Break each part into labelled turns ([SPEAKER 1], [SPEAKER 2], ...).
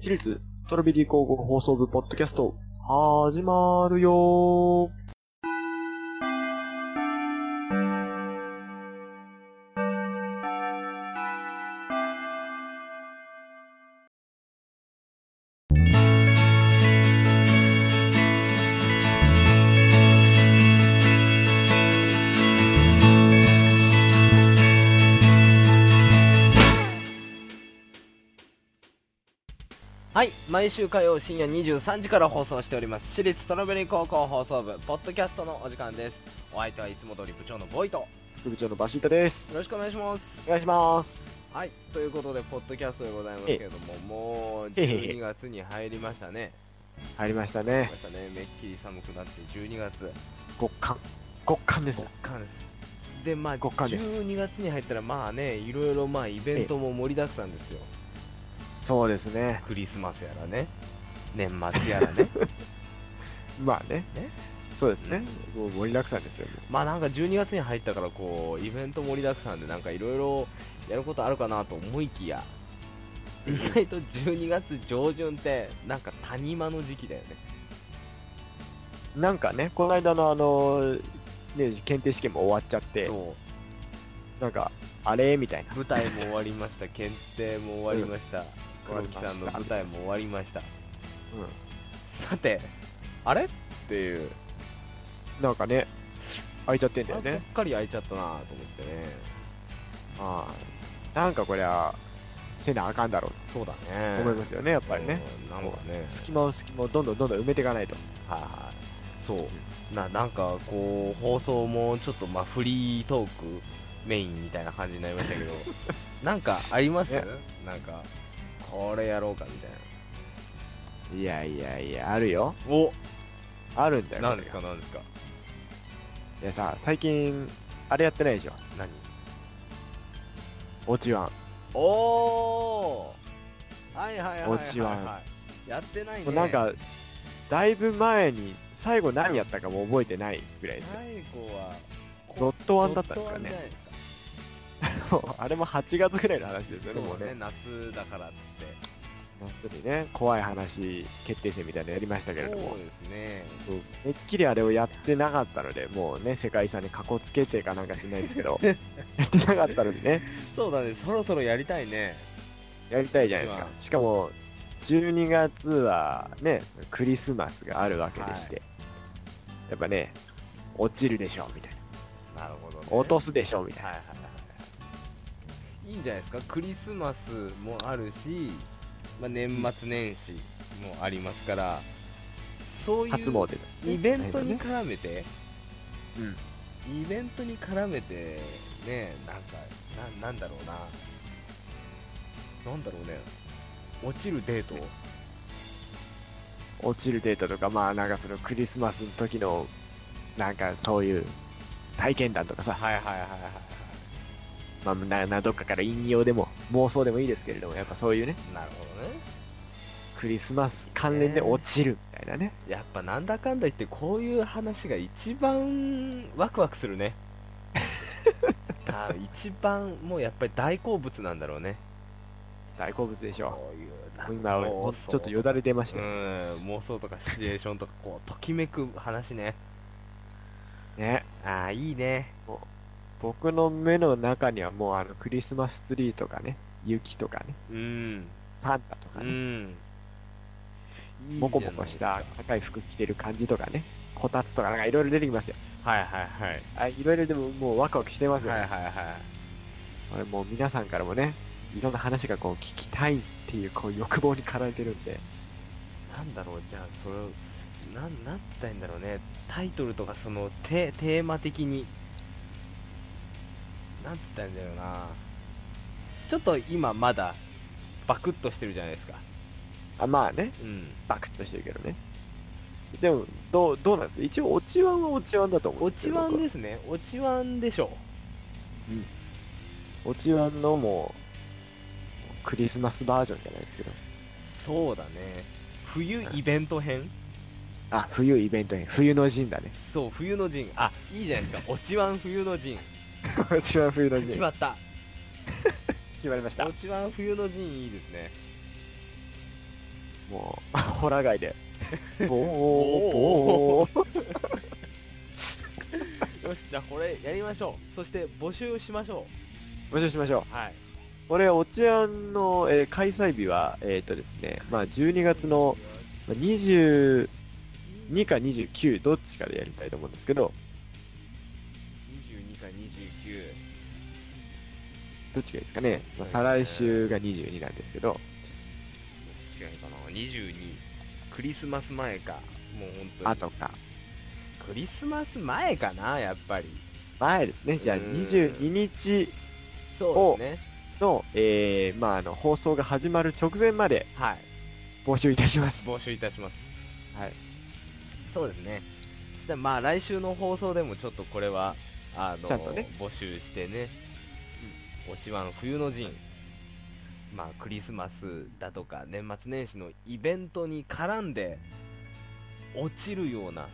[SPEAKER 1] 私立トロビリー広告放送部ポッドキャスト、始まるよ
[SPEAKER 2] はい毎週火曜深夜23時から放送しております私立トラベリー高校放送部ポッドキャストのお時間ですお相手はいつも通り部長のボイトよ
[SPEAKER 1] 副部長のバシータです。
[SPEAKER 2] ろしくお願いします
[SPEAKER 1] お願いします。
[SPEAKER 2] はいということでポッドキャストでございますけれども もう
[SPEAKER 1] ええええ
[SPEAKER 2] 12月に入りましたね
[SPEAKER 1] 入りました
[SPEAKER 2] ま
[SPEAKER 1] ね。
[SPEAKER 2] した ねめっきり寒くなって12月
[SPEAKER 1] 極寒。極寒です
[SPEAKER 2] 極
[SPEAKER 1] ね。
[SPEAKER 2] 寒ですでまあ
[SPEAKER 1] 極寒です
[SPEAKER 2] 12月に入ったらまあねいろいろまあイベントも盛りだくさんですよ
[SPEAKER 1] そうですね。
[SPEAKER 2] クリスマスやらね年末やらね
[SPEAKER 1] まあね
[SPEAKER 2] え。
[SPEAKER 1] そうですね。もう盛りだくさんですよ。も
[SPEAKER 2] まあなんか12月に入ったからこうイベント盛りだくさんでなんかいろいろやることあるかなと思いきや意外と12月上旬ってなんか谷間の時期だよね
[SPEAKER 1] うなんかね、この間のあの、ね、検定試験も終わっちゃって、
[SPEAKER 2] そ
[SPEAKER 1] なんか、あれみたいな
[SPEAKER 2] う。舞台も終わりま した検定も終わりました、
[SPEAKER 1] うん
[SPEAKER 2] 黒木さんの舞台も終わりました
[SPEAKER 1] う。
[SPEAKER 2] さてあれっていうん
[SPEAKER 1] なんかね、開いちゃってんだ
[SPEAKER 2] あ
[SPEAKER 1] よ
[SPEAKER 2] れぽっ
[SPEAKER 1] ね。
[SPEAKER 2] かり開いちゃったなと思ってね
[SPEAKER 1] ああ。なんかこりゃ、せなあかんだろう
[SPEAKER 2] そうだ
[SPEAKER 1] と
[SPEAKER 2] ね
[SPEAKER 1] 思いますよね、やっぱりね。
[SPEAKER 2] うんなんかね
[SPEAKER 1] 隙間を隙間をどんどんどんどん埋めていかないと。
[SPEAKER 2] はいはいそうななんかこう放送もちょっとまあフリートークメインみたいな感じになりましたけ どなんかあります
[SPEAKER 1] ね
[SPEAKER 2] なんかこれやろうかみたい
[SPEAKER 1] いやいやいや、あるよ。
[SPEAKER 2] なお
[SPEAKER 1] あるんだよ。
[SPEAKER 2] 何ですか何ですか
[SPEAKER 1] いやさ、最近、あれやってないでしょ。
[SPEAKER 2] 何
[SPEAKER 1] オチワン。
[SPEAKER 2] おおはいはいはいはい、
[SPEAKER 1] オチ
[SPEAKER 2] は、
[SPEAKER 1] はい
[SPEAKER 2] やってない
[SPEAKER 1] も
[SPEAKER 2] ね
[SPEAKER 1] うなんか、だいぶ前に、最後何やったかも覚えてないぐらいですよ。
[SPEAKER 2] 最後は
[SPEAKER 1] ゾ
[SPEAKER 2] こ
[SPEAKER 1] ットワンだったんですか
[SPEAKER 2] ゾットワンじゃ
[SPEAKER 1] ね。
[SPEAKER 2] ないですか
[SPEAKER 1] あれも8月ぐらいの話ですよね、も
[SPEAKER 2] そううね
[SPEAKER 1] ね。
[SPEAKER 2] 夏だからっつって
[SPEAKER 1] 夏にね、怖い話決定戦みたいなのやりましたけれども
[SPEAKER 2] そう。ですね
[SPEAKER 1] そうめっきりあれをやってなかったので、もうね、世界遺産にかこつけてかなんかしないですけ ど、やってなかったのでね、
[SPEAKER 2] そうだねそろそろやりたいね
[SPEAKER 1] やりたいじゃないですか
[SPEAKER 2] 一。
[SPEAKER 1] しかも、12月はね、クリスマスがあるわけでして、やっぱね、落ちるでしょ、みたいな。
[SPEAKER 2] なるほどね
[SPEAKER 1] 落とすでしょ、みたい
[SPEAKER 2] はい
[SPEAKER 1] な。
[SPEAKER 2] はいはいいいんじゃないですかクリスマスもあるし、まあ、年末年始もありますからそうい
[SPEAKER 1] 初
[SPEAKER 2] う
[SPEAKER 1] 詣で。
[SPEAKER 2] イベント
[SPEAKER 1] ね
[SPEAKER 2] に絡めて、イベントに絡めてねなんかななんだろうななんだろうね落ちるデート
[SPEAKER 1] 落ちるデートとか、まあなんかそのクリスマスの時の、なんかそういう体験談とかさ、
[SPEAKER 2] はいはいはいはい
[SPEAKER 1] まあななどっかから引用でも妄想でもいいですけれども、やっぱそういうね、
[SPEAKER 2] なるほどね
[SPEAKER 1] クリスマス関連で落ちるみたいなね。
[SPEAKER 2] やっぱなんだかんだ言ってこういう話が一番ワクワクす るね多分一番もうやっぱり大好物なんだろうね
[SPEAKER 1] 大好物でしょ
[SPEAKER 2] こういう
[SPEAKER 1] う。今、
[SPEAKER 2] なんか
[SPEAKER 1] ほんとちょっと
[SPEAKER 2] 妄
[SPEAKER 1] よだれ出まし
[SPEAKER 2] 想
[SPEAKER 1] た
[SPEAKER 2] う
[SPEAKER 1] よ
[SPEAKER 2] ん妄想とかシチュエーションとかこうときめく話ね
[SPEAKER 1] ね。
[SPEAKER 2] ああいいね
[SPEAKER 1] 僕の目の中にはもうあのクリスマスツリーとかね、雪とかね、
[SPEAKER 2] うん
[SPEAKER 1] サンタと
[SPEAKER 2] う
[SPEAKER 1] かね、
[SPEAKER 2] んいいじゃないですか
[SPEAKER 1] モコモコした高い服着てる感じとかね、こたつとかなんかいろいろ出てきますよ。
[SPEAKER 2] はいはいはい
[SPEAKER 1] あいろいろでももうワクワクしてますよ、
[SPEAKER 2] はい
[SPEAKER 1] ね
[SPEAKER 2] はいは
[SPEAKER 1] 俺もう皆さんからもね、いろんな話がこう聞きたいっていうこう欲望に駆られてるんで、
[SPEAKER 2] いなんだろうじゃあそれをなんなんて言ったらいいんだろうねタイトルとかそのテテーマ的になんて言ったらいいんだろうなちょっと今まだバクッとしてるじゃないですか
[SPEAKER 1] あまあね、
[SPEAKER 2] うん
[SPEAKER 1] バクッとしてるけどね。でも、どう、どうなんです一応、オチワンはオチワンだと思うん
[SPEAKER 2] 落
[SPEAKER 1] です
[SPEAKER 2] ち
[SPEAKER 1] よ。
[SPEAKER 2] ワン
[SPEAKER 1] 僕
[SPEAKER 2] ですね落ちワンでしょ
[SPEAKER 1] オチワンのもう、クリスマスバージョンじゃないですけど。
[SPEAKER 2] そうだね冬イベント編
[SPEAKER 1] あ、冬イベント編、冬の陣だね。
[SPEAKER 2] そう冬の陣あいいじゃないです か落ちワン冬の陣
[SPEAKER 1] オチワン冬の陣。
[SPEAKER 2] 決
[SPEAKER 1] 決
[SPEAKER 2] ま
[SPEAKER 1] ま
[SPEAKER 2] った
[SPEAKER 1] りました
[SPEAKER 2] 落。ちワン冬の陣いいですね
[SPEAKER 1] もう、 ホラー街で。ボーボー
[SPEAKER 2] よしじゃあこれやりましょうそして募集しましょ
[SPEAKER 1] 募集しましょう。
[SPEAKER 2] うはい
[SPEAKER 1] これ、おちあんの、えー開催日は、えっ、とですね、まあ、12月のまあ22か29、どっちかでやりたいと思うんですけど、
[SPEAKER 2] 22か29
[SPEAKER 1] どっちがいいですかね。まあ、再来週が22なんですけど、
[SPEAKER 2] 違うかな22クリスマス前かもう本当に
[SPEAKER 1] あとか、
[SPEAKER 2] クリスマス前かなやっぱり
[SPEAKER 1] 前ですね。じゃあ、
[SPEAKER 2] うん
[SPEAKER 1] 22日
[SPEAKER 2] そうですね
[SPEAKER 1] の、えーまあ、あの、放送が始まる直前まで
[SPEAKER 2] はい
[SPEAKER 1] 募集いたします。
[SPEAKER 2] 募集いたします
[SPEAKER 1] はい。
[SPEAKER 2] そうですねそしてまあ来週の放送でもちょっとこれはあの
[SPEAKER 1] ちゃんとね
[SPEAKER 2] 募集してね落ち葉の冬の陣まあクリスマスだとか年末年始のイベントに絡んで落ちるような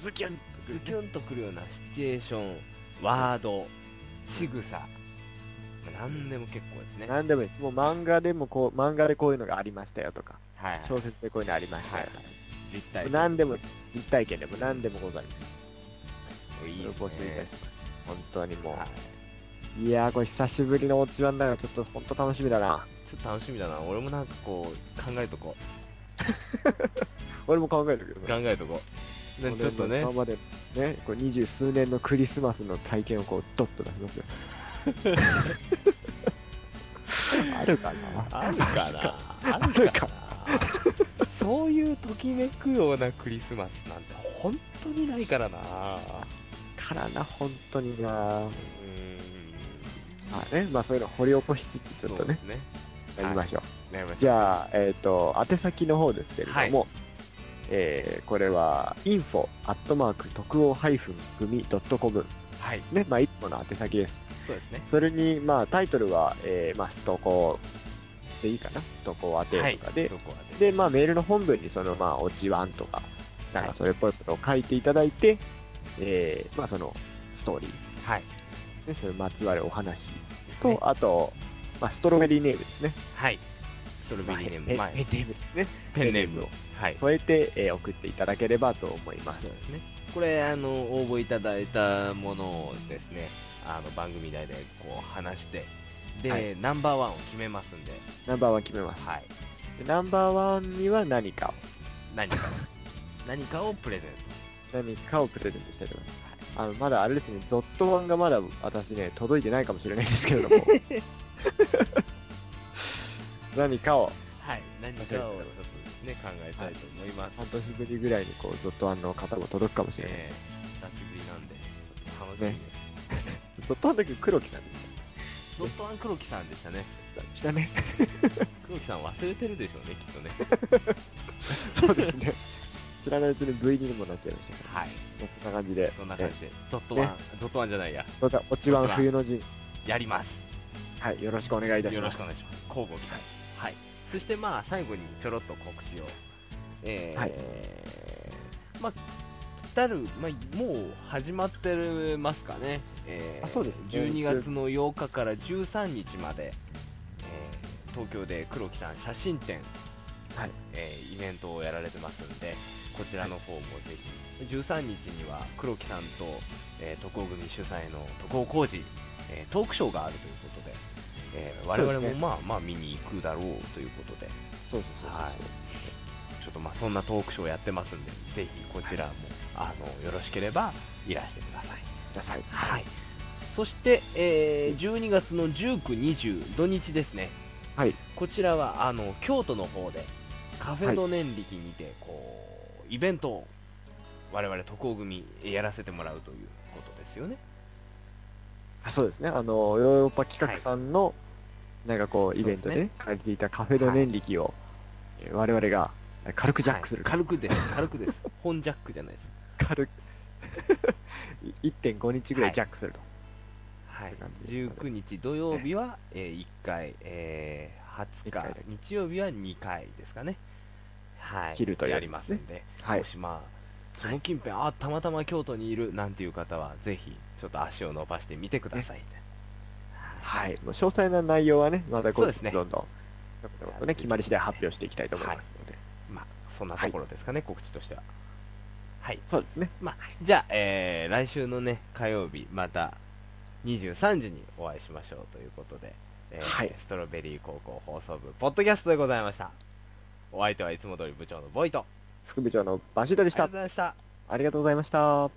[SPEAKER 1] ズキュン
[SPEAKER 2] ズキュンとくるようなシチュエーションワード仕草、まあ、何でも結構ですね、はい
[SPEAKER 1] 何でもいいです。もう漫画でもこう、漫画でこういうのがありましたよとか、
[SPEAKER 2] はい
[SPEAKER 1] 小説でこういうのありましたよとか、
[SPEAKER 2] 実態
[SPEAKER 1] 何でも、実体験でも何でもございます。
[SPEAKER 2] いい
[SPEAKER 1] それ
[SPEAKER 2] で
[SPEAKER 1] を
[SPEAKER 2] す
[SPEAKER 1] 募集いた
[SPEAKER 2] ね
[SPEAKER 1] します。本当にもう、
[SPEAKER 2] はい
[SPEAKER 1] い、やー、これ久しぶりの落ち番だから、ちょっと本当楽しみだな。
[SPEAKER 2] ちょっと楽しみだな俺もなんかこう考えとこう
[SPEAKER 1] 俺も考えるけど
[SPEAKER 2] 考えとこうでちょっとね
[SPEAKER 1] 今までね、こう二十数年のクリスマスの体験をこう、ドッと出しますよ。 あるかな
[SPEAKER 2] あるかなあるかなそういうときめくようなクリスマスなんて本当にないからな
[SPEAKER 1] からな、本当にな。ま
[SPEAKER 2] うーん
[SPEAKER 1] あね、まあそういうの掘り起こしつつ、ちょっと
[SPEAKER 2] そうで
[SPEAKER 1] ね、
[SPEAKER 2] すね
[SPEAKER 1] やりましょう。
[SPEAKER 2] やりましょう
[SPEAKER 1] じゃあ、えっ、と、宛先の方ですけれども、えーこれは info アットマーク特王ハイフン組ドットコム
[SPEAKER 2] はい
[SPEAKER 1] ね、まあ一歩の宛先です。
[SPEAKER 2] そうですね
[SPEAKER 1] それにまあタイトルは、えーまあ投稿でいいかな、投稿宛
[SPEAKER 2] は
[SPEAKER 1] て
[SPEAKER 2] い
[SPEAKER 1] とかで、
[SPEAKER 2] どこま
[SPEAKER 1] でまあメールの本文にそのまあオチワンとかなん
[SPEAKER 2] は
[SPEAKER 1] か
[SPEAKER 2] い
[SPEAKER 1] それっぽいことを書いていただいて、えーまあそのストーリー
[SPEAKER 2] はい
[SPEAKER 1] ね、それにまつわるお話
[SPEAKER 2] です
[SPEAKER 1] と、
[SPEAKER 2] ね
[SPEAKER 1] あとまあストロベリーネームですね。
[SPEAKER 2] はいストロベリーネーム
[SPEAKER 1] まあペ
[SPEAKER 2] 前
[SPEAKER 1] ンネームですね。
[SPEAKER 2] ペンネームを
[SPEAKER 1] ペ
[SPEAKER 2] はい
[SPEAKER 1] 添えて、えー送っていただければと思います
[SPEAKER 2] そう。ですねこれあの応募いただいたものをですねあの番組内でこう話してで、
[SPEAKER 1] はい
[SPEAKER 2] ナンバーワンを決めますんで、
[SPEAKER 1] ナンバーワン決めます。
[SPEAKER 2] はい、
[SPEAKER 1] でナンバーワンには何かを、
[SPEAKER 2] 何 かを何かをプレゼン
[SPEAKER 1] 何かをプレゼントしたいと思います。あの、まだあれですね、ゾットワンがまだ私ね、届いてないかもしれないんですけれ ども。何かを、
[SPEAKER 2] トはい何かをちょっとですね考えたいと思います、
[SPEAKER 1] 半年ぶりぐらいにこう、ゾットワンの方も届くかもしれない。
[SPEAKER 2] えー久しぶりなんでちょっと楽しみです、
[SPEAKER 1] ゾットワンの時黒木さんで
[SPEAKER 2] ドットワン黒木さんでしたね
[SPEAKER 1] したね。
[SPEAKER 2] 黒木さん忘れてるでしょうねきっとね
[SPEAKER 1] そうですね。知らないうちに V にもなっちゃいましたけど、
[SPEAKER 2] はい
[SPEAKER 1] まあそんな感じで、
[SPEAKER 2] そんな感じでゾットワン、ゾットワンじゃないや
[SPEAKER 1] また、落ちワン冬の陣、
[SPEAKER 2] やります
[SPEAKER 1] はい、よろしくお願いいたし
[SPEAKER 2] よろ
[SPEAKER 1] ま
[SPEAKER 2] し
[SPEAKER 1] す
[SPEAKER 2] く。お願いします交互期待はいそしてまあ最後にちょろっと告知をえー
[SPEAKER 1] はい
[SPEAKER 2] まあ来たる、まあ、もう始まってますかね、えー
[SPEAKER 1] あそうです
[SPEAKER 2] 12月の8日から13日まで、えー東京で黒木さん写真展、
[SPEAKER 1] はい
[SPEAKER 2] えーイベントをやられてますんでこちらの方もぜひ、13日には黒木さんと、えー、徳尾組主催の徳尾浩二、えートークショーがあるということで、えー我
[SPEAKER 1] そ
[SPEAKER 2] 々
[SPEAKER 1] うで
[SPEAKER 2] も
[SPEAKER 1] すね
[SPEAKER 2] まあまあ見に行くだろうということで
[SPEAKER 1] そうそうそうそう。
[SPEAKER 2] はいちょっとまあそんなトークショーやってますんでぜひこちらも、あのよろしければいらしてください
[SPEAKER 1] ください。
[SPEAKER 2] はいそして、えー12月の1920土日ですね
[SPEAKER 1] はい。
[SPEAKER 2] こちらはあの京都の方でカフェの念力にてこう、イベントを我々徳尾組やらせてもらうということですよね
[SPEAKER 1] あそうですね、あの、ヨーロッパ企画さんの、なんかこう、イベントで、ね、借りていたカフェの念力を、えー我々が軽くジャックする。
[SPEAKER 2] はい軽くです軽くです 本ジャックじゃないです
[SPEAKER 1] 軽く。 い1.5日ぐらいジャックすると。
[SPEAKER 2] はい
[SPEAKER 1] って感、じですか
[SPEAKER 2] 19日土曜日は、えー1回、えー20
[SPEAKER 1] 一回だ
[SPEAKER 2] 日
[SPEAKER 1] け
[SPEAKER 2] 日曜日は2回ですかね、はい、
[SPEAKER 1] 昼と夜
[SPEAKER 2] やりますんで、
[SPEAKER 1] はい
[SPEAKER 2] も。しまあその近辺、あたまたま京都にいるなんていう方はぜひちょっと足を伸ばしてみてください、
[SPEAKER 1] はい。もう詳細な内容はね、またこ
[SPEAKER 2] そう
[SPEAKER 1] う、
[SPEAKER 2] ですね
[SPEAKER 1] どんどん、どんどんね、決まり次第発表していきたいと思いますので。
[SPEAKER 2] そんなところですかね、告知としては。はい。
[SPEAKER 1] そうですね。
[SPEAKER 2] まあ、じゃあ、えー来週のね、火曜日、また23時にお会いしましょうということで、えー
[SPEAKER 1] はい
[SPEAKER 2] ストロベリー高校放送部、ポッドキャストでございました。お相手はいつも通り部長のボイト。
[SPEAKER 1] 副部長のバシードでし
[SPEAKER 2] ありがと
[SPEAKER 1] た
[SPEAKER 2] うご。ざいました。
[SPEAKER 1] ありがとうございました。